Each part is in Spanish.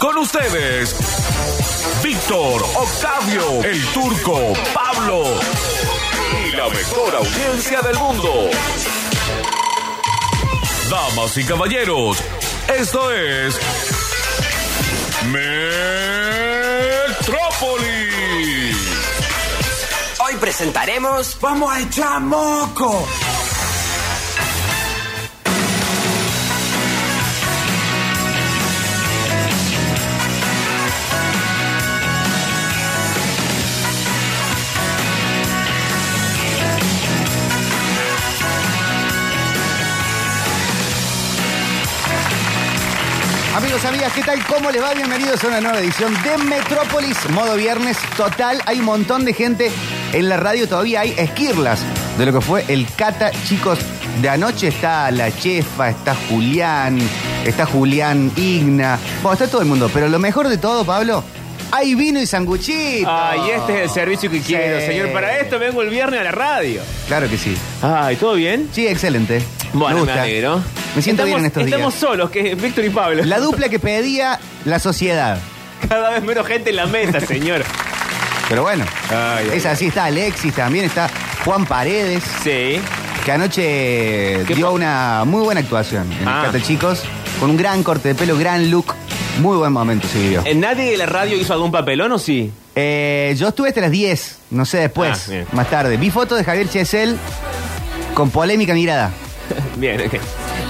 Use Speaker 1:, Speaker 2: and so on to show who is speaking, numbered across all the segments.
Speaker 1: Con ustedes, Víctor, Octavio, el turco, Pablo y la mejor audiencia del mundo. Damas y caballeros, esto es Metrópoli.
Speaker 2: Hoy presentaremos
Speaker 3: ¡Vamos a echar moco!
Speaker 4: Amigos, amigas, ¿qué tal? ¿Cómo les va? Bienvenidos a una nueva edición de Metrópolis, modo viernes total. Hay un montón de gente en la radio, todavía hay esquirlas de lo que fue el Cata, chicos. De anoche está la chefa, está Julián, está Julián Igna, bueno, está todo el mundo, pero lo mejor de todo, Pablo, hay vino y sanguchito.
Speaker 5: Ay, este es el servicio que quiero,
Speaker 4: Sí.
Speaker 5: señor. Para esto vengo el viernes a la radio.
Speaker 4: Claro que sí.
Speaker 5: Ay, ¿todo bien?
Speaker 4: Sí, excelente.
Speaker 5: Bueno, me
Speaker 4: gusta.
Speaker 5: alegro.
Speaker 4: Me siento bien en estos días.
Speaker 5: Estamos solos, que es Víctor y Pablo.
Speaker 4: La dupla que pedía la sociedad.
Speaker 5: Cada vez menos gente en la mesa, señor.
Speaker 4: Pero bueno,
Speaker 5: Ay, ay,
Speaker 4: es así. Está Alexis también, está Juan Paredes,
Speaker 5: Sí.
Speaker 4: que anoche
Speaker 5: ¿Qué
Speaker 4: dio
Speaker 5: pa-
Speaker 4: una muy buena actuación en
Speaker 5: Ah.
Speaker 4: el Cata Chicos, con un gran corte de pelo, gran look. Muy buen momento se vivió.
Speaker 5: ¿Eh, ¿Nadie de la radio hizo algún papelón o sí?
Speaker 4: Eh, yo estuve hasta las 10, no sé después,
Speaker 5: Ah, bien.
Speaker 4: más tarde. Vi fotos de Javier Chesel con polémica mirada.
Speaker 5: Bien, ok.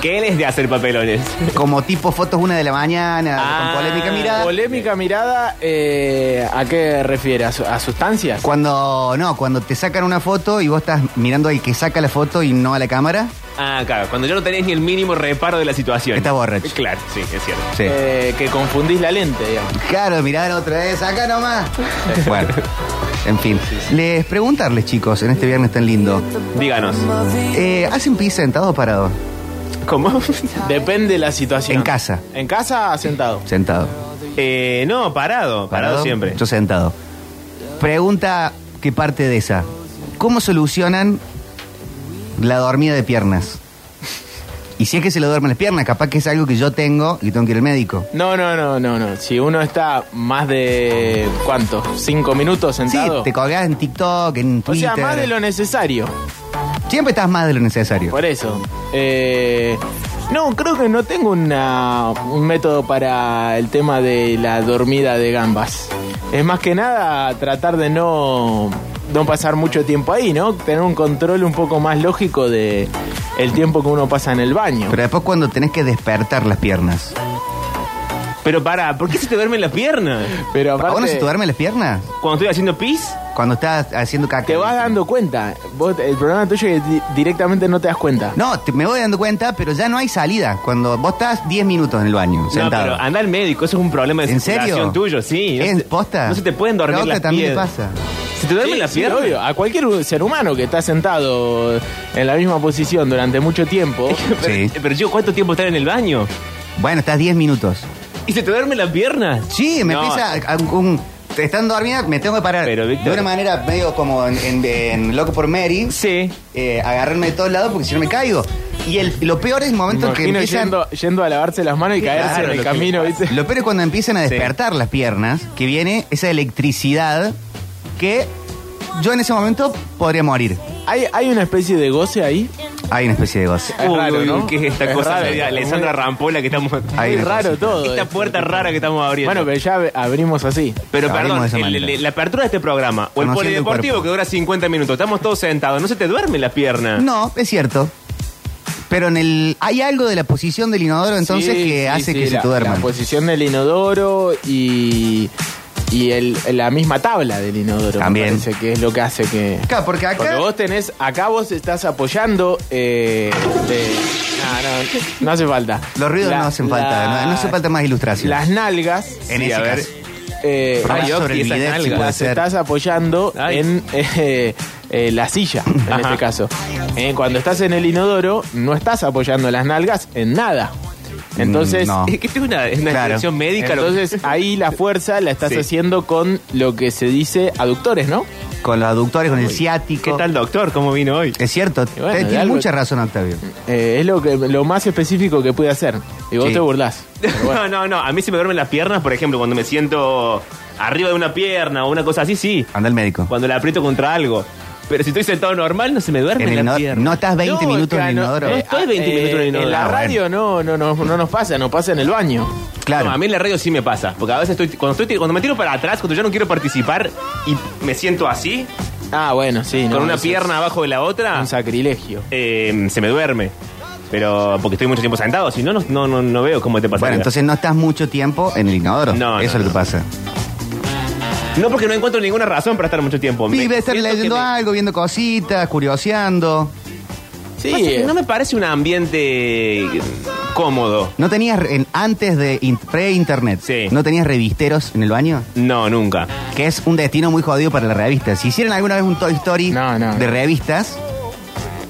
Speaker 5: Que él es de hacer papelones.
Speaker 4: Como tipo fotos una de la mañana,
Speaker 5: Ah,
Speaker 4: con polémica mirada.
Speaker 6: Polémica mirada, eh, ¿a qué refiere? ¿A, su- a sustancias?
Speaker 4: Cuando, no, cuando te sacan una foto y vos estás mirando al que saca la foto y no a la cámara,
Speaker 5: Ah, claro. Cuando ya no tenés ni el mínimo reparo de la situación.
Speaker 4: Está borracho.
Speaker 5: Claro, sí, es cierto.
Speaker 4: sí.
Speaker 6: Eh, que confundís la lente, digamos.
Speaker 4: Claro, mirá la otra vez, acá nomás. Bueno, en fin. Les preguntarles, chicos, en este viernes tan lindo.
Speaker 5: Díganos.
Speaker 4: eh, ¿Hacen pis sentado o parado?
Speaker 5: ¿Cómo?
Speaker 6: Depende de la situación.
Speaker 4: En casa.
Speaker 6: En casa, sentado.
Speaker 4: Sentado.
Speaker 5: Eh, no, parado. Parado, siempre.
Speaker 4: Yo sentado. Pregunta que parte de esa. ¿Cómo solucionan la dormida de piernas? Y si es que se le duermen las piernas, capaz que es algo que yo tengo y tengo que ir al médico.
Speaker 6: No, no, no, no, no. Si uno está más de. ¿Cuánto? ¿Cinco minutos
Speaker 4: Sí,
Speaker 6: sentado?
Speaker 4: te colgás en TikTok, en
Speaker 6: o
Speaker 4: Twitter.
Speaker 6: sea, más de lo necesario.
Speaker 4: Siempre estás más de lo necesario.
Speaker 6: Por eso. Eh, no, creo que no tengo una, un método para el tema de la dormida de gambas. Es más que nada tratar de no, no pasar mucho tiempo ahí, ¿no? Tener un control un poco más lógico de el tiempo que uno pasa en el baño.
Speaker 4: Pero después cuando tenés que despertar las piernas.
Speaker 5: Pero pará, ¿por qué se te duermen las piernas?
Speaker 6: Pero
Speaker 4: ¿A vos no se
Speaker 6: aparte,
Speaker 4: te duermen las piernas?
Speaker 5: Cuando estoy haciendo pis,
Speaker 4: Cuando estás haciendo caca.
Speaker 6: te vas dando cuenta. Vos- el problema tuyo es que di- directamente no te das cuenta.
Speaker 4: No, te- me voy dando cuenta, pero ya no hay salida. Cuando vos estás 10 minutos en el baño,
Speaker 5: No,
Speaker 4: sentado.
Speaker 5: pero anda al médico, eso es un problema de
Speaker 4: ¿En serio?
Speaker 5: circulación tuyo, sí. No
Speaker 4: ¿En
Speaker 5: se-
Speaker 4: posta?
Speaker 5: No se te pueden dormir
Speaker 4: Pero a
Speaker 5: las
Speaker 4: Oca también le
Speaker 5: piernas.
Speaker 4: pasa.
Speaker 5: ¿Se te duermen
Speaker 6: Sí,
Speaker 5: las
Speaker 6: sí,
Speaker 5: piernas?
Speaker 6: obvio. A cualquier ser humano que está sentado en la misma posición durante mucho tiempo.
Speaker 5: Pero,
Speaker 4: Sí.
Speaker 5: Eh, pero yo, ¿cuánto tiempo estar en el baño?
Speaker 4: Bueno, estás 10 minutos.
Speaker 5: ¿Y se te duermen las piernas?
Speaker 4: Sí, me
Speaker 5: No,
Speaker 4: empieza a- a- un... te Están dormida, me tengo que parar.
Speaker 5: Pero, Víctor-
Speaker 4: de una manera medio como en, en- en Loco por Mary,
Speaker 5: Sí.
Speaker 4: eh, agarrarme de todos lados porque si no me caigo. Y el, lo peor es el
Speaker 6: Me
Speaker 4: momento en que
Speaker 6: imagino
Speaker 4: empiezan...
Speaker 6: yendo, yendo a lavarse las manos y caerse
Speaker 5: Claro,
Speaker 6: en
Speaker 5: lo
Speaker 6: el
Speaker 5: que
Speaker 6: camino,
Speaker 5: le
Speaker 6: ¿viste?
Speaker 4: Lo peor es cuando empiezan a despertar las piernas, que viene esa electricidad que yo en ese momento podría morir.
Speaker 6: Hay, hay una especie de goce ahí.
Speaker 4: Hay una especie de goce.
Speaker 6: Es
Speaker 5: Uy,
Speaker 6: raro,
Speaker 5: uy,
Speaker 6: ¿no?
Speaker 5: ¿Qué es esta
Speaker 6: Es
Speaker 5: cosa?
Speaker 6: raro.
Speaker 5: media Alessandra Rampola que estamos...
Speaker 4: Ahí
Speaker 6: Muy
Speaker 4: le
Speaker 6: raro
Speaker 4: pasa.
Speaker 6: todo.
Speaker 5: Esta
Speaker 6: esto.
Speaker 5: puerta rara que estamos abriendo.
Speaker 6: Bueno, pero ya abrimos así.
Speaker 5: Pero
Speaker 4: Abrimos de
Speaker 5: perdón,
Speaker 4: esa
Speaker 5: el-
Speaker 4: manera.
Speaker 5: el- la apertura de este programa o el
Speaker 4: Conociendo el
Speaker 5: polideportivo
Speaker 4: cuerpo.
Speaker 5: que dura 50 minutos, estamos todos sentados, no se te duermen las piernas.
Speaker 4: No, es cierto. Pero en el hay algo de la posición del inodoro entonces
Speaker 6: Sí,
Speaker 4: que
Speaker 6: sí,
Speaker 4: hace
Speaker 6: sí,
Speaker 4: que se
Speaker 6: la-
Speaker 4: te duerman.
Speaker 6: La posición del inodoro y, y el- la misma tabla del inodoro. me
Speaker 4: También.
Speaker 6: parece que es lo que hace que...
Speaker 4: Claro, porque
Speaker 6: Porque
Speaker 4: acá
Speaker 6: vos tenés, acá vos estás apoyando. Eh, de- no, no, no hace falta.
Speaker 4: los ruidos
Speaker 6: La-
Speaker 4: no hacen falta,
Speaker 6: la-
Speaker 4: no, no hace falta más ilustración.
Speaker 6: Las nalgas.
Speaker 4: en
Speaker 5: Sí,
Speaker 4: ese
Speaker 5: a ver.
Speaker 4: caso.
Speaker 6: eh,
Speaker 4: Pero
Speaker 5: Ay,
Speaker 4: más
Speaker 5: Octi,
Speaker 4: sobre el
Speaker 5: esas
Speaker 4: bidet, si
Speaker 5: nalgas.
Speaker 4: puede
Speaker 6: las
Speaker 4: ser.
Speaker 6: estás apoyando
Speaker 5: Ay.
Speaker 6: en eh, eh, la silla, en
Speaker 5: Ajá.
Speaker 6: este caso. Eh, cuando estás en el inodoro, no estás apoyando las nalgas en nada. Entonces,
Speaker 4: Mm, no.
Speaker 5: Es que tengo una, una
Speaker 4: Claro.
Speaker 5: dirección médica. lo-
Speaker 6: entonces ahí la fuerza la estás
Speaker 5: Sí.
Speaker 6: haciendo con lo que se dice aductores, ¿no?
Speaker 4: con los aductores, con el ciático.
Speaker 5: ¿Qué tal, doctor? ¿Cómo vino hoy?
Speaker 4: Es cierto,
Speaker 6: Y bueno,
Speaker 4: te-
Speaker 6: de
Speaker 4: tiene
Speaker 6: algo-
Speaker 4: mucha razón, Octavio.
Speaker 6: Eh, es lo, que, lo más específico que pude hacer. Y vos
Speaker 4: Sí.
Speaker 6: te burlás. Pero bueno.
Speaker 5: No, no, no. A mí se me duermen las piernas, por ejemplo, cuando me siento arriba de una pierna o una cosa así, sí.
Speaker 4: Anda al médico.
Speaker 5: Cuando la aprieto contra algo. Pero si estoy sentado normal, no se me duerme
Speaker 4: En el
Speaker 5: la
Speaker 4: inodoro-
Speaker 5: pierna.
Speaker 4: no estás 20
Speaker 6: No,
Speaker 4: minutos en
Speaker 6: claro,
Speaker 4: el
Speaker 6: no-
Speaker 4: inodoro.
Speaker 5: no
Speaker 6: eh,
Speaker 5: estoy 20
Speaker 6: eh,
Speaker 5: minutos en el inodoro.
Speaker 6: la
Speaker 5: Ah,
Speaker 6: radio no, no, no, no nos pasa, nos pasa en el baño.
Speaker 4: Claro.
Speaker 5: No, a mí en la radio sí me pasa. Porque a veces estoy, cuando, estoy, cuando me tiro para atrás, cuando yo no quiero participar y me siento así,
Speaker 6: Ah, bueno, sí. no,
Speaker 5: con una
Speaker 6: eso
Speaker 5: pierna abajo de la
Speaker 6: es
Speaker 5: otra,
Speaker 6: Un sacrilegio.
Speaker 5: eh, se me duerme. Pero porque estoy mucho tiempo sentado, si no, no, no, no- no veo cómo te pasa.
Speaker 4: Bueno, entonces no estás mucho tiempo en el inodoro.
Speaker 5: No,
Speaker 4: Eso es
Speaker 5: no,
Speaker 4: lo que
Speaker 5: no.
Speaker 4: pasa.
Speaker 5: No porque no encuentro ninguna razón para estar mucho tiempo.
Speaker 4: Y debe estar
Speaker 5: siento que
Speaker 4: leyendo
Speaker 5: me-
Speaker 4: algo, viendo cositas, curioseando.
Speaker 6: Sí,
Speaker 5: Pasa que
Speaker 6: eh,
Speaker 5: no me parece un ambiente cómodo.
Speaker 4: ¿No tenías re- en- antes de in- pre-internet?
Speaker 5: Sí.
Speaker 4: ¿No tenías revisteros en el baño?
Speaker 5: No, nunca.
Speaker 4: Que es un destino muy jodido para las revistas. Si hicieran alguna vez un Toy Story
Speaker 6: No, no.
Speaker 4: de revistas,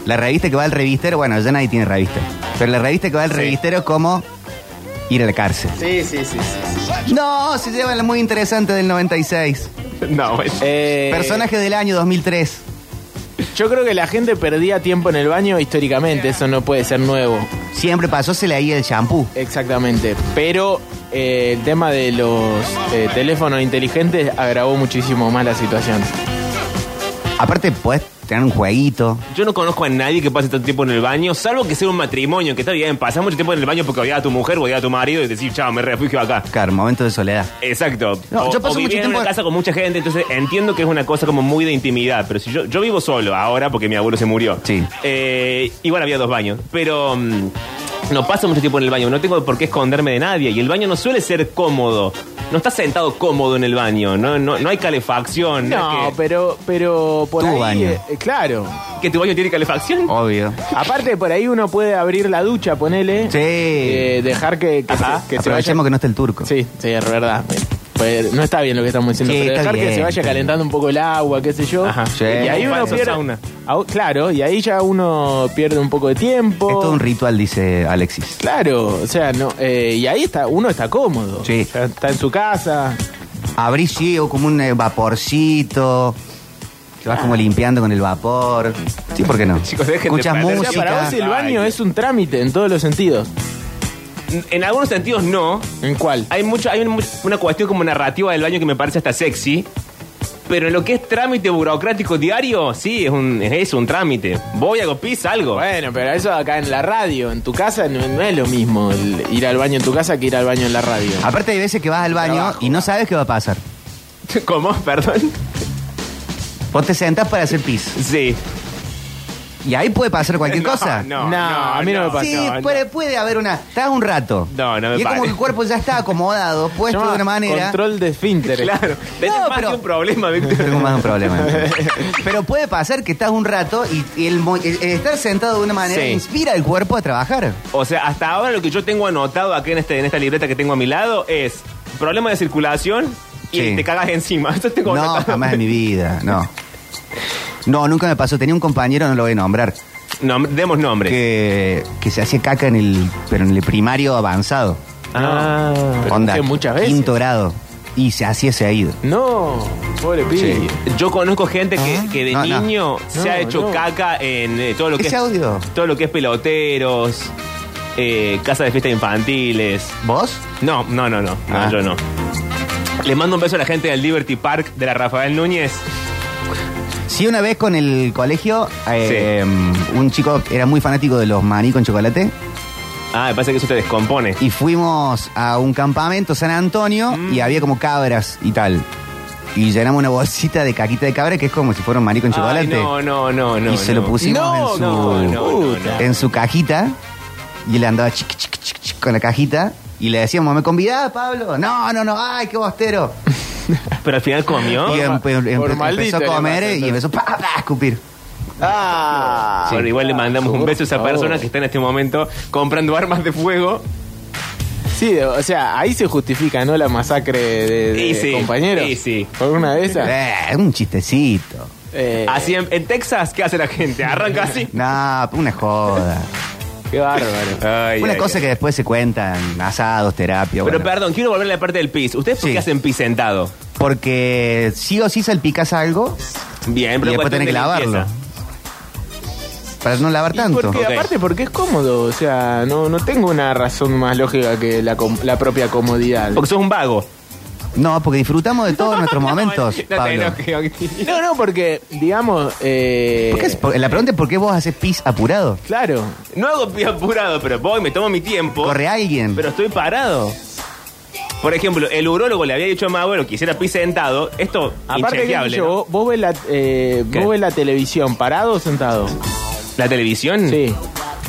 Speaker 4: la revista que va al revistero, bueno, ya nadie tiene revista. Pero la revista que va al
Speaker 5: Sí.
Speaker 4: revistero, como ir a la cárcel.
Speaker 6: sí, sí, sí, sí, sí.
Speaker 4: No, se llevan la muy interesante del 96.
Speaker 5: No, bueno.
Speaker 6: Eh,
Speaker 4: Personaje del año 2003.
Speaker 6: Yo creo que la gente perdía tiempo en el baño históricamente, eso no puede ser nuevo.
Speaker 4: Siempre pasó, se leía el shampoo.
Speaker 6: Exactamente. Pero eh, el tema de los eh, teléfonos inteligentes agravó muchísimo más la situación.
Speaker 4: Aparte, puedes tener un jueguito.
Speaker 5: Yo no conozco a nadie que pase tanto tiempo en el baño, salvo que sea un matrimonio, que está bien, pasar mucho tiempo en el baño porque odiaba a tu mujer, odiaba a tu marido y decir, chao, me refugio acá.
Speaker 4: Claro, momento de soledad.
Speaker 5: Exacto.
Speaker 4: No,
Speaker 5: o,
Speaker 4: yo paso
Speaker 5: o vivir
Speaker 4: mucho
Speaker 5: en
Speaker 4: tiempo-
Speaker 5: una casa con mucha gente, entonces entiendo que es una cosa como muy de intimidad, pero si yo, yo vivo solo ahora porque mi abuelo se murió.
Speaker 4: Sí.
Speaker 5: Eh, igual había dos baños, pero mm, no paso mucho tiempo en el baño, no tengo por qué esconderme de nadie y el baño no suele ser cómodo. No estás sentado cómodo en el baño, no, no, no hay calefacción.
Speaker 6: No,
Speaker 5: es que,
Speaker 6: pero, pero por
Speaker 4: Tu
Speaker 6: ahí,
Speaker 4: baño.
Speaker 6: eh, claro.
Speaker 5: que tu baño tiene calefacción.
Speaker 4: Obvio.
Speaker 6: Aparte, por ahí uno puede abrir la ducha, ponele.
Speaker 4: Sí.
Speaker 6: Eh, dejar que, que,
Speaker 5: Ajá.
Speaker 6: se, que se vaya.
Speaker 4: Aprovechemos que no está el turco.
Speaker 6: Sí, sí, es verdad. Pues, no está bien lo que estamos diciendo,
Speaker 4: Sí,
Speaker 6: pero
Speaker 4: está
Speaker 6: dejar
Speaker 4: bien,
Speaker 6: que se vaya
Speaker 4: está
Speaker 6: calentando un poco el agua, qué sé yo.
Speaker 5: Ajá.
Speaker 4: Sí.
Speaker 6: Y ahí uno
Speaker 5: Falso
Speaker 6: pierde.
Speaker 5: sauna.
Speaker 6: au- claro, y ahí ya uno pierde un poco de tiempo.
Speaker 4: Es todo un ritual, dice Alexis.
Speaker 6: Claro, o sea, no, eh, y ahí está, uno está cómodo.
Speaker 4: Sí.
Speaker 6: Está, está en su casa.
Speaker 4: Abrís sí, o como un eh, vaporcito. Te vas como limpiando con el vapor. Sí, ¿por qué no?
Speaker 5: Chicos, dejen de
Speaker 4: Escuchas
Speaker 5: perder.
Speaker 6: O sea,
Speaker 4: música.
Speaker 6: para vos el
Speaker 5: Ay,
Speaker 6: baño
Speaker 5: Dios.
Speaker 6: es un trámite en todos los sentidos.
Speaker 5: En algunos sentidos no.
Speaker 6: ¿En cuál?
Speaker 5: Hay mucho, hay un- una cuestión como narrativa del baño que me parece hasta sexy. Pero en lo que es trámite burocrático diario, sí, es un, es eso, un trámite. Voy, hago pis, algo.
Speaker 6: Bueno, pero eso acá en la radio, en tu casa no, no es lo mismo el ir al baño en tu casa que ir al baño en la radio.
Speaker 4: Aparte hay veces que vas al baño
Speaker 6: Trabajo.
Speaker 4: y no sabes qué va a pasar.
Speaker 5: ¿Cómo? Perdón.
Speaker 4: Vos te sentás para hacer pis.
Speaker 5: Sí.
Speaker 4: Y ahí puede pasar cualquier
Speaker 5: No,
Speaker 4: cosa.
Speaker 5: No,
Speaker 6: No, a mí no me pasa.
Speaker 4: Sí,
Speaker 6: no, no.
Speaker 4: puede, puede haber una. Estás un rato.
Speaker 5: No, no me
Speaker 4: Y es como
Speaker 5: pare.
Speaker 4: que el cuerpo ya está acomodado, puesto
Speaker 6: Llama
Speaker 4: de una manera.
Speaker 6: Control de esfínteres.
Speaker 5: Claro. Tenés
Speaker 4: No,
Speaker 5: más
Speaker 4: pero-
Speaker 5: que un problema, Víctor.
Speaker 4: Tengo más un problema. Pero puede pasar que estás un rato y, y el, mo- el- el estar sentado de una manera
Speaker 5: Sí.
Speaker 4: inspira al cuerpo a trabajar.
Speaker 5: O sea, hasta ahora lo que yo tengo anotado aquí en, este, en esta libreta que tengo a mi lado es problema de circulación y
Speaker 4: Sí.
Speaker 5: te cagas encima. Eso tengo
Speaker 4: No,
Speaker 5: anotado.
Speaker 4: jamás en mi vida, no. No, nunca me pasó. Tenía un compañero, no lo voy a nombrar,
Speaker 5: No, demos nombre.
Speaker 4: que, que se hacía caca en el, pero en el primario avanzado.
Speaker 5: Ah.
Speaker 6: Pero que muchas veces.
Speaker 4: Quinto grado. Y se hacía, se ha ido.
Speaker 6: No, pobre pibe.
Speaker 4: Sí. Ah.
Speaker 5: Yo conozco gente que, que de
Speaker 4: No, no.
Speaker 5: niño se
Speaker 6: No,
Speaker 5: ha hecho
Speaker 6: no.
Speaker 5: caca en eh, todo lo que
Speaker 4: Ese
Speaker 5: es
Speaker 4: audio.
Speaker 5: todo lo que es peloteros, eh, casa de fiestas infantiles.
Speaker 4: ¿Vos?
Speaker 5: No, no, no, no, no,
Speaker 4: Ah.
Speaker 5: yo no. Le mando un beso a la gente del Liberty Park de la Rafael Núñez.
Speaker 4: Sí, una vez con el colegio, eh, un chico era muy fanático de los maní con chocolate
Speaker 5: Ah, me parece que eso te descompone.
Speaker 4: y fuimos a un campamento San Antonio
Speaker 5: Mm.
Speaker 4: y había como cabras y tal. Y llenamos una bolsita de caquita de cabra que es como si fuera un maní con chocolate.
Speaker 5: Ay, no, no, no, no.
Speaker 4: y se
Speaker 5: no.
Speaker 4: lo pusimos
Speaker 6: No,
Speaker 4: en, su,
Speaker 5: no, no, no, no.
Speaker 4: en su cajita y él andaba chic, chic, chic, chic con la cajita y le decíamos, ¿me convidás, Pablo? No, no, no, ay, qué bostero.
Speaker 5: Pero al final comió.
Speaker 4: y em, empe- empe-
Speaker 6: por
Speaker 4: empezó
Speaker 6: maldito
Speaker 4: a
Speaker 6: le
Speaker 4: comer eh,
Speaker 6: pasa,
Speaker 4: y empezó pa, pa, a escupir.
Speaker 6: Ah, Oh.
Speaker 5: Bueno, igual le mandamos un
Speaker 6: Por
Speaker 5: beso a esa
Speaker 6: favor.
Speaker 5: persona que está en este momento comprando armas de fuego.
Speaker 6: Sí, de- o sea, ahí se justifica, ¿no? La masacre de, de
Speaker 5: Y sí,
Speaker 6: compañeros.
Speaker 5: y sí.
Speaker 6: Por una de esas.
Speaker 4: Eh, un chistecito.
Speaker 6: Eh,
Speaker 5: Así en, en Texas, ¿qué hace la gente? Arranca así.
Speaker 4: No, una joda.
Speaker 6: Qué bárbaro.
Speaker 5: Ay,
Speaker 4: una
Speaker 5: ay,
Speaker 4: cosa
Speaker 5: ay.
Speaker 4: que después se cuentan, asados, terapia.
Speaker 5: Pero
Speaker 4: bueno.
Speaker 5: perdón, quiero volver a la parte del pis. ¿Ustedes por
Speaker 4: Sí.
Speaker 5: qué hacen pis sentado?
Speaker 4: Porque sí o sí salpicas algo
Speaker 5: Bien, pero
Speaker 4: y después
Speaker 5: cuestión
Speaker 4: tenés que
Speaker 5: de
Speaker 4: lavarlo.
Speaker 5: limpieza.
Speaker 4: Para no lavar
Speaker 6: Y
Speaker 4: tanto.
Speaker 6: Porque,
Speaker 5: Ok.
Speaker 6: Aparte porque es cómodo, o sea, no, no tengo una razón más lógica que la, com- la propia comodidad.
Speaker 5: Porque sos un vago.
Speaker 4: No, porque disfrutamos de todos nuestros momentos,
Speaker 5: No te
Speaker 4: Pablo.
Speaker 5: enojes, Agustín.
Speaker 6: No, no, porque, digamos... eh,
Speaker 4: ¿Por qué es- por- la pregunta es por qué vos haces pis apurado.
Speaker 6: Claro,
Speaker 5: No hago pie apurado, pero voy, me tomo mi tiempo.
Speaker 4: Corre alguien.
Speaker 5: Pero estoy parado. Por ejemplo, el urólogo le había dicho a Mauro que hiciera pis sentado. Esto,
Speaker 6: aparte que
Speaker 5: inchequeable,
Speaker 6: yo,
Speaker 5: ¿no?
Speaker 6: vos, vos ves la, eh,
Speaker 5: ¿Qué?
Speaker 6: vos ves la televisión, parado o sentado.
Speaker 5: ¿La televisión?
Speaker 6: Sí.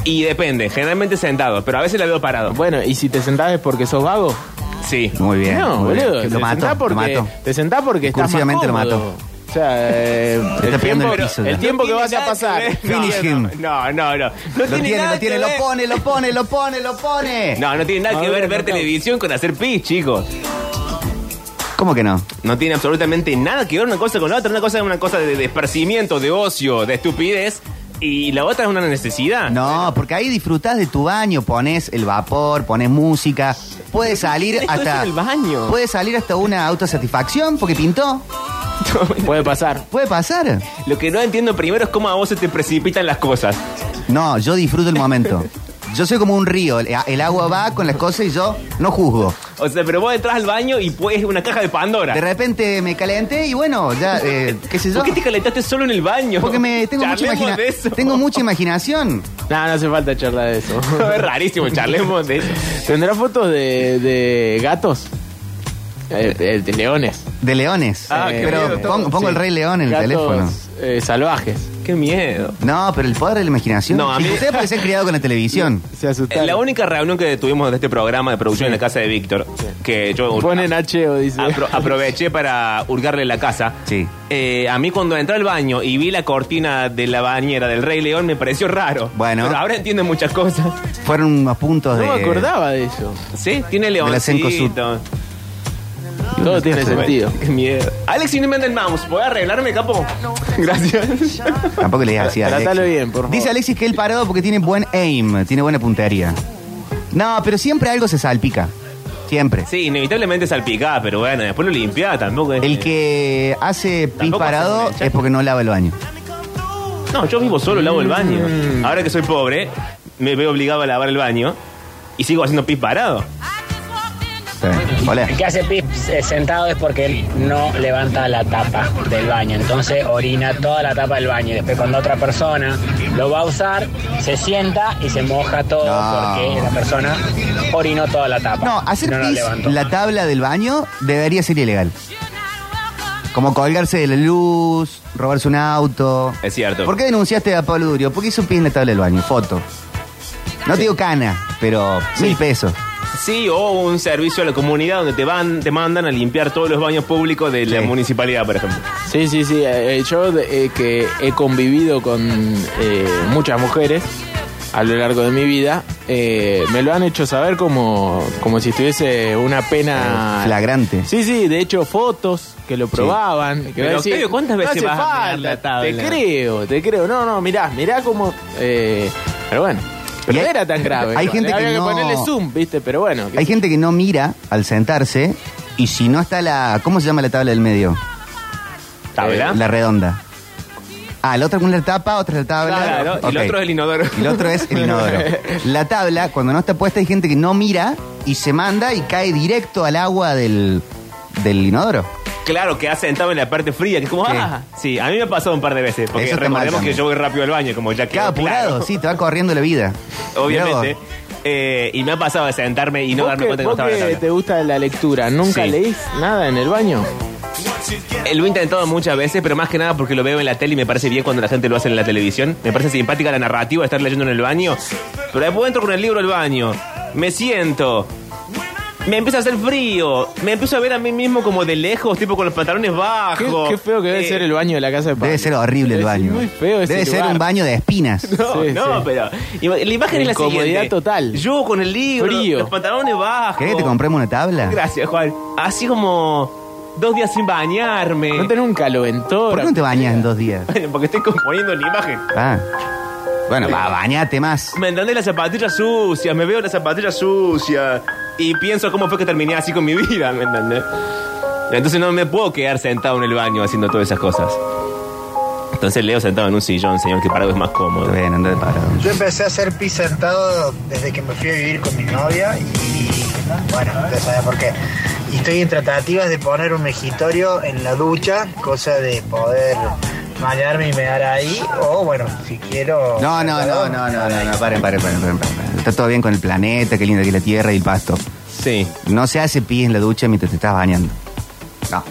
Speaker 5: Y depende, generalmente sentado, pero a veces la veo parado.
Speaker 6: Bueno, y si te sentás es porque sos vago.
Speaker 5: Sí.
Speaker 4: Muy bien.
Speaker 6: no,
Speaker 4: muy bien.
Speaker 6: boludo.
Speaker 4: Lo
Speaker 6: te
Speaker 4: mato,
Speaker 6: sentás porque,
Speaker 4: lo mato.
Speaker 6: Te sentás porque estás más
Speaker 4: Cursivamente lo
Speaker 6: cómodo.
Speaker 4: mato.
Speaker 6: O sea, eh,
Speaker 4: está pegando
Speaker 6: el, tiempo,
Speaker 4: el piso ya.
Speaker 6: el tiempo que vas a pasar.
Speaker 5: ¿eh?
Speaker 4: Finish him.
Speaker 5: No, no, no. No
Speaker 4: Lo tiene,
Speaker 5: nada
Speaker 4: lo tiene,
Speaker 5: que
Speaker 4: lo
Speaker 5: ver.
Speaker 4: pone, lo pone, lo pone, lo pone.
Speaker 5: No, no tiene nada que
Speaker 6: Mauro,
Speaker 5: ver ver
Speaker 6: no, no.
Speaker 5: televisión con hacer pis, chicos.
Speaker 4: ¿Cómo que no?
Speaker 5: No tiene absolutamente nada que ver una cosa con la otra. Una cosa es una cosa de desparcimiento, de ocio, de estupidez. Y la otra es una necesidad.
Speaker 4: No, porque ahí disfrutás de tu baño, pones el vapor, pones música, puedes salir
Speaker 5: Esto es
Speaker 4: hasta
Speaker 5: en el baño.
Speaker 4: puedes salir hasta una autosatisfacción porque pintó,
Speaker 6: Puede pasar.
Speaker 4: puede pasar.
Speaker 5: Lo que no entiendo primero es cómo a vos se te precipitan las cosas.
Speaker 4: No, yo disfruto el momento. Yo soy como un río, el, el agua va con las cosas y yo no juzgo.
Speaker 5: O sea, pero vos entras al baño y pues una caja de Pandora.
Speaker 4: De repente me calenté y bueno, ya eh, qué sé yo.
Speaker 5: ¿Por qué te calentaste solo en el baño?
Speaker 4: Porque me tengo mucha
Speaker 5: Charlemos
Speaker 4: imagina-
Speaker 5: de eso.
Speaker 4: tengo mucha imaginación.
Speaker 6: No, no hace falta charlar de eso.
Speaker 5: es rarísimo, charlemos de eso.
Speaker 6: ¿Tendrá fotos de, de gatos? Eh, de, de leones. Eh,
Speaker 4: De leones.
Speaker 5: Ah, qué
Speaker 4: pero
Speaker 5: miedo.
Speaker 4: pongo, pongo el
Speaker 6: Sí.
Speaker 4: rey león en el
Speaker 6: Gatos,
Speaker 4: teléfono.
Speaker 6: eh, salvajes.
Speaker 5: Qué miedo.
Speaker 4: No, pero el poder de la imaginación.
Speaker 5: No, a mí-
Speaker 4: Ustedes pueden ser criados con la televisión.
Speaker 6: Se
Speaker 5: Eh,
Speaker 6: asustaron.
Speaker 5: La única reunión que tuvimos de este programa de producción en la casa de Víctor, que yo
Speaker 6: Ponen H o dice.
Speaker 5: apro- aproveché para hurgarle la casa.
Speaker 4: Sí.
Speaker 5: Eh, a mí cuando entré al baño y vi la cortina de la bañera del Rey León me pareció raro.
Speaker 4: Bueno.
Speaker 5: Pero ahora entiendo muchas cosas.
Speaker 4: Fueron unos puntos
Speaker 6: No
Speaker 4: de.
Speaker 6: me acordaba de eso.
Speaker 5: Sí, tiene
Speaker 4: la
Speaker 5: leoncito.
Speaker 4: Cencosud.
Speaker 6: Todo tiene sentido.
Speaker 5: Qué miedo. Alex y el Mouse, ¿puedo arreglarme, capo? Gracias.
Speaker 4: Tampoco le digas así a Alexis.
Speaker 6: Tratalo bien, por favor.
Speaker 4: Dice Alexis que él parado porque tiene buen aim, tiene buena puntería. No, pero siempre algo se salpica. Siempre.
Speaker 5: Sí, inevitablemente salpicada, pero bueno, después lo limpiaba tampoco. es-
Speaker 4: El que hace pis
Speaker 5: Eh, Tampoco hace
Speaker 4: parado
Speaker 5: un enchaque.
Speaker 4: es porque no lava el baño.
Speaker 5: No, yo vivo solo, lavo el
Speaker 4: Mm.
Speaker 5: baño. Ahora que soy pobre, me veo obligado a lavar el baño y sigo haciendo pis parado.
Speaker 4: Sí. Hola.
Speaker 7: El que hace pis eh, sentado es porque él no levanta la tapa del baño. Entonces orina toda la tapa del baño. Y después cuando otra persona lo va a usar, se sienta y se moja todo
Speaker 4: No.
Speaker 7: porque la persona orinó toda la tapa.
Speaker 4: No, hacer
Speaker 7: Y la
Speaker 4: pis
Speaker 7: levantó.
Speaker 4: la tabla del baño debería ser ilegal. Como colgarse de la luz, robarse un auto.
Speaker 5: Es cierto.
Speaker 4: ¿Por qué denunciaste a Pablo Durio? Porque hizo pis en la tabla del baño, foto. No te digo cana, pero mil pesos.
Speaker 5: Sí, o un servicio a la comunidad donde te van, te mandan a limpiar todos los baños públicos de la
Speaker 4: Sí.
Speaker 5: municipalidad, por ejemplo.
Speaker 6: Sí, sí, sí. eh, yo de- eh, que he convivido con eh, muchas mujeres a lo largo de mi vida, eh, me lo han hecho saber como, como si estuviese una pena...
Speaker 4: Eh, Flagrante.
Speaker 6: Sí, sí, de hecho fotos que lo probaban. Que
Speaker 5: Pero,
Speaker 6: va a decir,
Speaker 5: Octavio, ¿cuántas veces
Speaker 6: no
Speaker 5: vas
Speaker 6: hace
Speaker 5: a mirar
Speaker 6: falta,
Speaker 5: la tabla?
Speaker 6: Te creo, te creo. No, no, mirá, mirá como... eh, pero bueno, pero
Speaker 4: Y hay-
Speaker 6: no era tan grave.
Speaker 4: hay
Speaker 6: igual,
Speaker 4: gente que
Speaker 6: Había que,
Speaker 4: no-
Speaker 6: ponerle zoom, viste, pero bueno.
Speaker 4: Hay gente que no mira al sentarse y si no está la... ¿Cómo se llama la tabla del medio?
Speaker 6: eh,
Speaker 5: ¿Tabla?
Speaker 4: La redonda. Ah, la otra es una tapa, otra es la tabla.
Speaker 5: Claro, y el
Speaker 4: Ok.
Speaker 5: otro es el inodoro.
Speaker 4: Y el otro es el inodoro. La tabla, cuando no está puesta, hay gente que no mira y se manda y cae directo al agua del, del inodoro.
Speaker 5: Claro, que has sentado en la parte fría, que es como,
Speaker 4: Sí.
Speaker 5: ah, sí, a mí me ha pasado un par de veces, porque
Speaker 4: Eso está mal
Speaker 5: recordemos
Speaker 4: también.
Speaker 5: que yo voy rápido al baño, como ya quedó
Speaker 4: Cada apurado,
Speaker 5: claro,
Speaker 4: sí, te va corriendo la vida. Mirá
Speaker 5: obviamente.
Speaker 4: vos.
Speaker 5: Eh, y me ha pasado de sentarme y no
Speaker 6: Vos
Speaker 5: darme
Speaker 6: que-
Speaker 5: cuenta que no
Speaker 6: vos
Speaker 5: estaba la
Speaker 6: que
Speaker 5: tabla.
Speaker 6: te gusta la lectura, ¿nunca
Speaker 5: Sí.
Speaker 6: leís nada en el baño?
Speaker 5: Eh, Lo he intentado muchas veces, pero más que nada porque lo veo en la tele y me parece bien cuando la gente lo hace en la televisión. Me parece simpática la narrativa de estar leyendo en el baño. Pero después entro con el libro al baño, me siento, me empieza a hacer frío, me empiezo a ver a mí mismo como de lejos, tipo con los pantalones
Speaker 6: Qué,
Speaker 5: bajos.
Speaker 6: qué feo que debe
Speaker 5: Eh,
Speaker 6: ser el baño de la casa de Pablo.
Speaker 4: Debe ser horrible el
Speaker 6: Debe ser
Speaker 4: baño.
Speaker 6: muy feo ese
Speaker 4: Debe ser
Speaker 6: lugar.
Speaker 4: un baño de espinas.
Speaker 5: No,
Speaker 6: Sí,
Speaker 5: no,
Speaker 6: sí.
Speaker 5: pero ima- la imagen es la
Speaker 6: Incomodidad
Speaker 5: siguiente.
Speaker 6: total.
Speaker 5: Yo con el libro,
Speaker 6: Frío.
Speaker 5: los pantalones bajos.
Speaker 4: ¿Querés que te compremos una tabla?
Speaker 5: Gracias, Juan. Así como dos días sin bañarme.
Speaker 6: No tenés un calentor.
Speaker 4: ¿Por qué no te bañas en dos días?
Speaker 5: Porque estoy componiendo la imagen.
Speaker 4: Ah. Bueno, va, bañate más.
Speaker 5: Me entendés las zapatillas sucias, me veo las zapatillas sucias y pienso cómo fue que terminé así con mi vida, ¿me entendés? Entonces no me puedo quedar sentado en el baño haciendo todas esas cosas. Entonces Leo sentado en un sillón, señor, que parado es más cómodo.
Speaker 4: Está bien, anda de parado.
Speaker 8: Yo empecé a hacer pis sentado desde que me fui a vivir con mi novia y bueno, ya sabes por qué. Y estoy en tratativas de poner un mejitorio en la ducha, cosa de poder bañarme y mear ahí, o bueno, si quiero...
Speaker 4: No, no, no, no, no, no, no, paren, paren, paren, paren, paren. Está todo bien con el planeta, qué linda que es la tierra y el pasto.
Speaker 5: Sí.
Speaker 4: No se hace pis en la ducha mientras te estás bañando. No.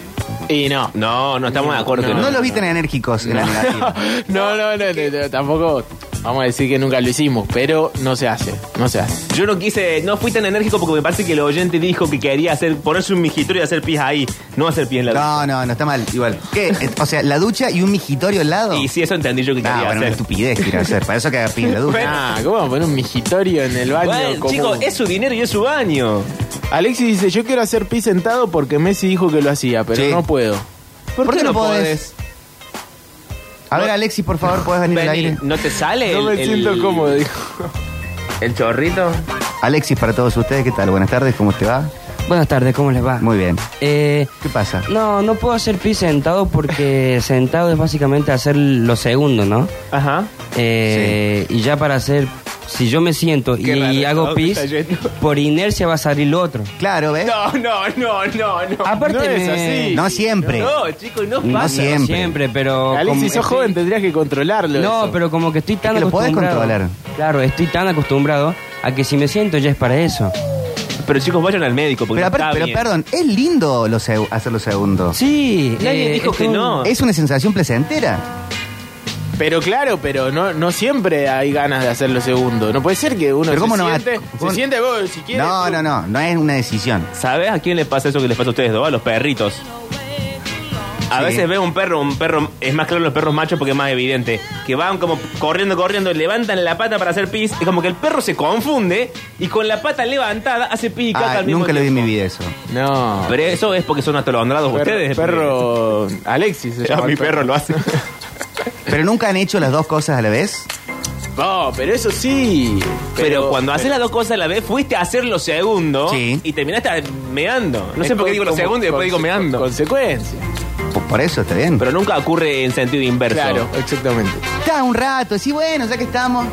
Speaker 6: Y no.
Speaker 5: No, no estamos de acuerdo que
Speaker 4: No,
Speaker 5: no.
Speaker 4: los vi tan enérgicos en la negativa.
Speaker 6: No, no, no, no, no, tampoco vamos a decir que nunca lo hicimos, pero no se hace, no se hace.
Speaker 5: Yo no quise, no fui tan enérgico porque me parece que el oyente dijo que quería hacer, ponerse un mijitorio y hacer pis ahí, no hacer pis en la ducha.
Speaker 4: No, no, no está mal, igual. ¿Qué? Eh, O sea, la ducha y un mijitorio al lado.
Speaker 5: Y sí, eso entendí yo que
Speaker 4: Ah,
Speaker 5: quería
Speaker 4: bueno, una
Speaker 5: hacer.
Speaker 4: estupidez quiero hacer. Para eso que haga pis en la ducha.
Speaker 6: Ah, ¿cómo vamos a poner un mijitorio en el baño?
Speaker 5: Bueno,
Speaker 6: común?
Speaker 5: chicos, es su dinero y es su baño.
Speaker 6: Alexis dice, yo quiero hacer pis sentado porque Messi dijo que lo hacía, pero
Speaker 4: Sí.
Speaker 6: no puedo.
Speaker 4: ¿Por, qué no podés? A ver, Alexis, por favor, ¿podés venir al
Speaker 5: Vení,
Speaker 4: aire?
Speaker 5: ¿No te sale
Speaker 6: No
Speaker 5: el,
Speaker 6: me
Speaker 5: el-
Speaker 6: siento cómodo, dijo.
Speaker 5: el chorrito?
Speaker 4: Alexis, para todos ustedes, ¿qué tal? Buenas tardes, ¿cómo te va?
Speaker 9: Buenas tardes, ¿cómo les va?
Speaker 4: Muy bien.
Speaker 9: Eh,
Speaker 4: ¿Qué pasa?
Speaker 9: no, no puedo hacer pis sentado porque sentado es básicamente hacer lo segundo, ¿no?
Speaker 5: Ajá.
Speaker 9: Eh, Y ya para hacer, si yo me siento y
Speaker 5: Qué raro,
Speaker 9: hago
Speaker 5: ¿no?
Speaker 9: pis,
Speaker 5: Está yendo.
Speaker 9: por inercia va a salir lo otro.
Speaker 4: Claro, ¿ves?
Speaker 5: No, no, no, no, no.
Speaker 9: Aparte
Speaker 6: no es
Speaker 9: me-
Speaker 6: así.
Speaker 4: No siempre.
Speaker 5: No, chicos, no
Speaker 4: No
Speaker 5: pasa.
Speaker 4: siempre.
Speaker 9: Siempre, pero... como
Speaker 6: Alexis, sos
Speaker 9: estoy-
Speaker 6: joven, tendrías que controlarlo.
Speaker 9: No,
Speaker 6: eso.
Speaker 9: pero como que estoy tan
Speaker 4: que lo podés
Speaker 9: acostumbrado...
Speaker 4: controlar.
Speaker 9: Claro, estoy tan acostumbrado a que si me siento ya es para eso.
Speaker 5: Pero chicos, vayan al médico porque
Speaker 4: Pero,
Speaker 5: no está
Speaker 4: aparte- pero
Speaker 5: bien.
Speaker 4: perdón, es lindo lo seg- hacer lo segundo.
Speaker 9: Sí.
Speaker 5: Nadie dijo
Speaker 9: Eh, es
Speaker 5: Eh, que
Speaker 9: un-
Speaker 5: no.
Speaker 4: Es una sensación placentera.
Speaker 6: Pero claro, pero no, no siempre hay ganas de hacerlo segundo. No puede ser que uno
Speaker 4: Pero
Speaker 6: se,
Speaker 4: cómo no va-
Speaker 6: siente,
Speaker 4: cómo-
Speaker 6: se siente vos, si quieres.
Speaker 4: No,
Speaker 6: tú.
Speaker 4: no, no, no es una decisión.
Speaker 5: ¿Sabes a quién le pasa eso que les pasa a ustedes dos? A los perritos. A
Speaker 4: Sí.
Speaker 5: veces veo un perro, un perro, es más claro los perros machos porque es más evidente, que van como corriendo, corriendo, levantan la pata para hacer pis, es como que el perro se confunde y con la pata levantada hace pis y caca
Speaker 4: Ah,
Speaker 5: al mismo
Speaker 4: nunca lo vi en mi
Speaker 5: tiempo.
Speaker 4: vida eso.
Speaker 6: No.
Speaker 5: Pero eso es porque son atolondrados
Speaker 6: Perro-
Speaker 5: ustedes.
Speaker 6: Perro. Alexis. se
Speaker 5: Ah,
Speaker 6: llama
Speaker 5: mi
Speaker 6: el
Speaker 5: perro lo hace.
Speaker 4: Pero nunca han hecho las dos cosas a la vez.
Speaker 6: No, pero eso sí.
Speaker 5: Pero, cuando haces las dos cosas a la vez, fuiste a hacer lo segundo
Speaker 4: Sí.
Speaker 5: y terminaste meando. No
Speaker 6: Es
Speaker 5: sé por qué digo lo
Speaker 6: como-
Speaker 5: segundo y después digo
Speaker 6: conse-
Speaker 5: meando.
Speaker 6: Consecuencia.
Speaker 4: Por, por eso está bien.
Speaker 5: Pero nunca ocurre en sentido inverso.
Speaker 6: Claro, exactamente.
Speaker 4: está un rato, sí, bueno, ya que estamos.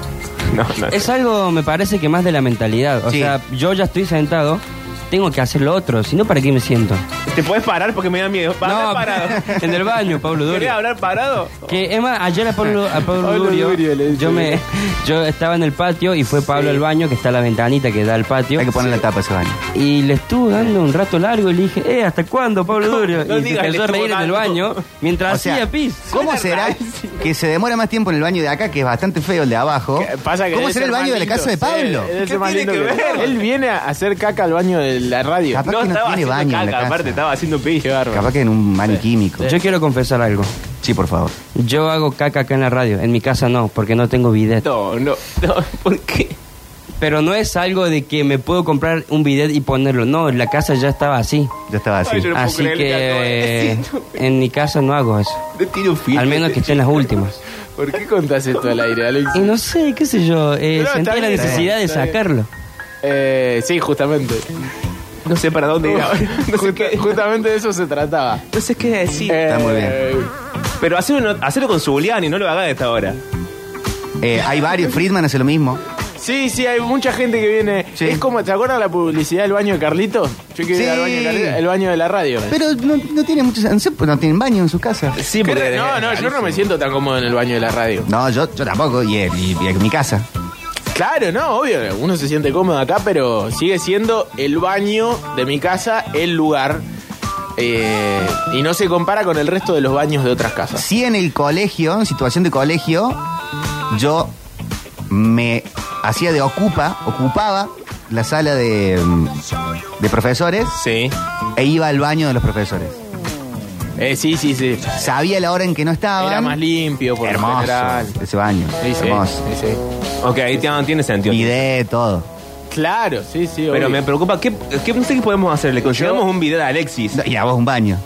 Speaker 5: No, no.
Speaker 9: Es algo, me parece que más de la mentalidad. O
Speaker 4: Sí.
Speaker 9: sea, yo ya estoy sentado, tengo que hacer lo otro, si no, ¿para qué me siento?
Speaker 5: ¿Te puedes parar porque me da miedo? ¿Para
Speaker 9: No,
Speaker 5: parado?
Speaker 9: en el baño, Pablo
Speaker 5: ¿Querés
Speaker 9: Durio.
Speaker 5: hablar parado?
Speaker 9: Que es más, ayer a Pablo, a Pablo
Speaker 6: Pablo
Speaker 9: Durio,
Speaker 6: Durio le dice.
Speaker 9: yo, me, yo estaba en el patio y fue Pablo al baño, que está la ventanita que da al patio.
Speaker 4: Hay que poner la tapa a ese baño.
Speaker 9: Y le estuve dando un rato largo y le dije, eh, ¿hasta cuándo, Pablo Durio?
Speaker 5: no
Speaker 9: y
Speaker 5: digas,
Speaker 9: se empezó
Speaker 5: le
Speaker 9: a reír
Speaker 5: estuvo
Speaker 9: en el
Speaker 5: dando.
Speaker 9: baño mientras
Speaker 4: O sea,
Speaker 9: hacía pis.
Speaker 4: ¿Cómo será que se demora más tiempo en el baño de acá, que es bastante feo el de abajo?
Speaker 6: Que- pasa que
Speaker 4: ¿Cómo
Speaker 6: debe
Speaker 4: será
Speaker 6: ser
Speaker 4: el baño
Speaker 6: más
Speaker 4: de la
Speaker 6: lindo.
Speaker 4: casa de
Speaker 6: Sí,
Speaker 4: Pablo?
Speaker 6: debe ser
Speaker 5: ¿Qué
Speaker 6: más
Speaker 5: tiene
Speaker 6: lindo
Speaker 5: que ver?
Speaker 6: Él viene a hacer caca al baño de la radio.
Speaker 4: Capaz que no tiene
Speaker 5: estaba haciendo
Speaker 4: baño en la
Speaker 5: caca,
Speaker 4: casa.
Speaker 5: aparte estaba haciendo pis.
Speaker 6: Qué bárbaro.
Speaker 4: Capaz que en un baño químico.
Speaker 9: Yo quiero confesar algo.
Speaker 4: Sí, por favor.
Speaker 9: Yo hago caca acá en la radio. En mi casa no, porque no tengo bidet.
Speaker 5: No, no, no, ¿por qué?
Speaker 9: Pero no es algo de que me puedo comprar un bidet y ponerlo. No, la casa ya estaba así.
Speaker 4: Yo estaba así.
Speaker 5: Ay, yo no- puedo
Speaker 9: Así
Speaker 5: creer que acabo de
Speaker 9: que eh,
Speaker 5: decir.
Speaker 9: en mi casa no hago eso.
Speaker 5: No tiene un fin.
Speaker 9: Al menos que estén las últimas.
Speaker 6: ¿Por qué contás esto al aire,
Speaker 9: Y
Speaker 6: Alexis?
Speaker 9: no sé, qué sé yo, eh,
Speaker 6: No, está
Speaker 9: sentía la
Speaker 6: bien,
Speaker 9: necesidad de
Speaker 6: está bien.
Speaker 9: sacarlo.
Speaker 6: Eh, sí, justamente.
Speaker 5: No sé para dónde ir ahora. No sé
Speaker 6: Justa-
Speaker 5: qué,
Speaker 6: justamente de eso se trataba. Eh,
Speaker 5: no sé qué decir.
Speaker 6: Está
Speaker 4: muy bien.
Speaker 5: Pero hacerlo, hacerlo con Zuliani, no lo hagas a esta hora.
Speaker 4: Eh, hay varios, Friedman hace lo mismo.
Speaker 6: Sí, sí, hay mucha gente que viene.
Speaker 4: Sí.
Speaker 6: Es como, ¿te acuerdas la publicidad del baño de Carlito? Yo quiero ir
Speaker 4: Sí.
Speaker 6: al baño de Carlito, el baño de la radio.
Speaker 4: Pero no, no tiene mucho no, sé, pues no tienen baño en su casa.
Speaker 5: Sí, porque...
Speaker 6: no, no, yo no me siento tan cómodo en el baño de la radio.
Speaker 4: No, yo, yo tampoco, y, en- y- y en mi casa.
Speaker 6: Claro, no, obvio, uno se siente cómodo acá, pero sigue siendo el baño de mi casa el lugar. eh, y no se compara con el resto de los baños de otras casas.
Speaker 4: Si en el colegio, en situación de colegio, yo me hacía de ocupa, ocupaba la sala de, mm, de profesores
Speaker 5: Sí.
Speaker 4: e iba al baño de los profesores.
Speaker 6: Eh, sí, sí, sí.
Speaker 4: Sabía la hora en que no estaban.
Speaker 6: Era más limpio, por lo
Speaker 4: Hermoso
Speaker 6: general.
Speaker 4: ese baño.
Speaker 6: Sí, sí,
Speaker 4: hermoso.
Speaker 6: sí, sí.
Speaker 5: Ok, ahí tiene- tiene sentido.
Speaker 4: Bidet, todo.
Speaker 6: Claro, sí, sí.
Speaker 5: Pero
Speaker 6: obvio.
Speaker 5: me preocupa, ¿qué, qué, no sé qué podemos hacer? ¿Le conseguimos un video a Alexis?
Speaker 4: No, Y a vos un baño.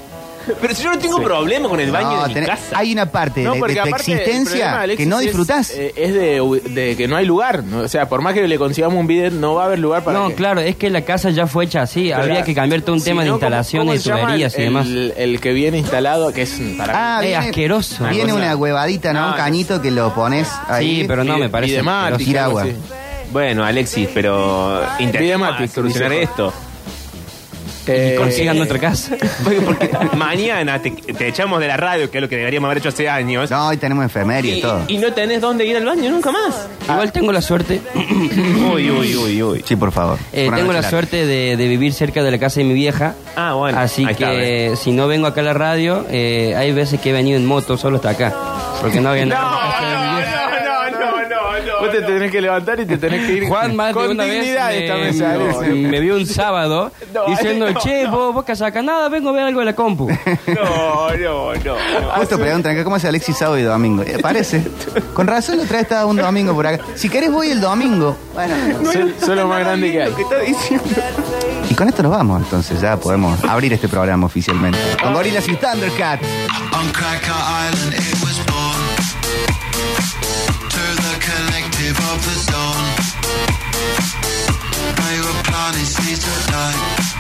Speaker 5: Pero si yo no tengo problema con el baño
Speaker 4: No,
Speaker 5: de mi
Speaker 4: tenés-
Speaker 5: casa.
Speaker 4: hay una parte de, de tu
Speaker 6: aparte, el problema,
Speaker 4: existencia
Speaker 6: Alexis,
Speaker 4: que no
Speaker 6: es,
Speaker 4: disfrutás.
Speaker 6: eh, Es, de, de que no hay lugar. ¿no? O sea, por más que le consigamos un bidet, no va a haber lugar para.
Speaker 9: No,
Speaker 6: que-
Speaker 9: claro, es que la casa ya fue hecha así.
Speaker 6: Pero
Speaker 9: Habría
Speaker 6: la-
Speaker 9: que cambiar todo un
Speaker 6: si
Speaker 9: tema de
Speaker 6: no, ¿cómo- cómo
Speaker 9: instalaciones,
Speaker 6: se llama
Speaker 9: tuberías y
Speaker 6: el-
Speaker 9: demás. Ah,
Speaker 6: El, el que viene instalado, que es. para-
Speaker 9: es asqueroso.
Speaker 4: Ah, Viene
Speaker 9: Una
Speaker 4: una
Speaker 9: cosa.
Speaker 4: huevadita, ¿no?
Speaker 6: No,
Speaker 4: Un cañito que lo pones ahí.
Speaker 9: Sí, pero no
Speaker 6: Bide-
Speaker 9: me parece.
Speaker 6: bidemática,
Speaker 4: pero tira
Speaker 6: algo
Speaker 4: agua.
Speaker 6: así.
Speaker 5: Bueno, Alexis, pero intentemos
Speaker 6: Videomatic,
Speaker 5: Oh, Ah, solucionar
Speaker 6: dice.
Speaker 5: esto.
Speaker 6: Eh,
Speaker 9: Consigan nuestra casa.
Speaker 5: Porque, porque mañana te, te echamos de la radio, que es lo que deberíamos haber hecho hace años.
Speaker 4: No, hoy tenemos enfermería y
Speaker 5: y,
Speaker 4: todo.
Speaker 5: y no tenés dónde ir al baño nunca más.
Speaker 9: Igual tengo la suerte.
Speaker 5: uy, uy, uy, uy.
Speaker 4: Sí, por favor.
Speaker 9: eh,
Speaker 4: Una
Speaker 9: tengo
Speaker 4: noche
Speaker 9: la
Speaker 4: larga.
Speaker 9: suerte de, de vivir cerca de la casa de mi vieja.
Speaker 5: Ah, bueno.
Speaker 9: Así
Speaker 5: Ahí está,
Speaker 9: que si no vengo acá a la radio, eh, hay veces que he venido en moto solo hasta acá. Porque no había nada. en la casa de mi vieja.
Speaker 5: no, no, no, no.
Speaker 6: Vos te tenés que levantar y te tenés que ir
Speaker 9: Juan más de
Speaker 6: con
Speaker 9: una vez
Speaker 6: dignidad
Speaker 9: me,
Speaker 6: esta mesa.
Speaker 9: me-
Speaker 6: Alexis.
Speaker 9: me vio un sábado
Speaker 5: No,
Speaker 9: diciendo,
Speaker 5: no,
Speaker 9: che, vos, vos que saca nada, vengo a ver algo de la compu.
Speaker 5: No, no, no.
Speaker 4: Justo
Speaker 9: Ah,
Speaker 4: preguntan acá cómo es Alexis sábado y domingo. Eh, parece. Con razón lo trae estaba un domingo por acá. Si querés voy el domingo. Bueno.
Speaker 6: Sol- Solo más grande que hay.
Speaker 4: Y con esto nos vamos entonces, ya podemos abrir este programa oficialmente. Con Gorilas y Thundercat.
Speaker 10: On Cracker Island it was born To the collective of the zone They were planning seeds of light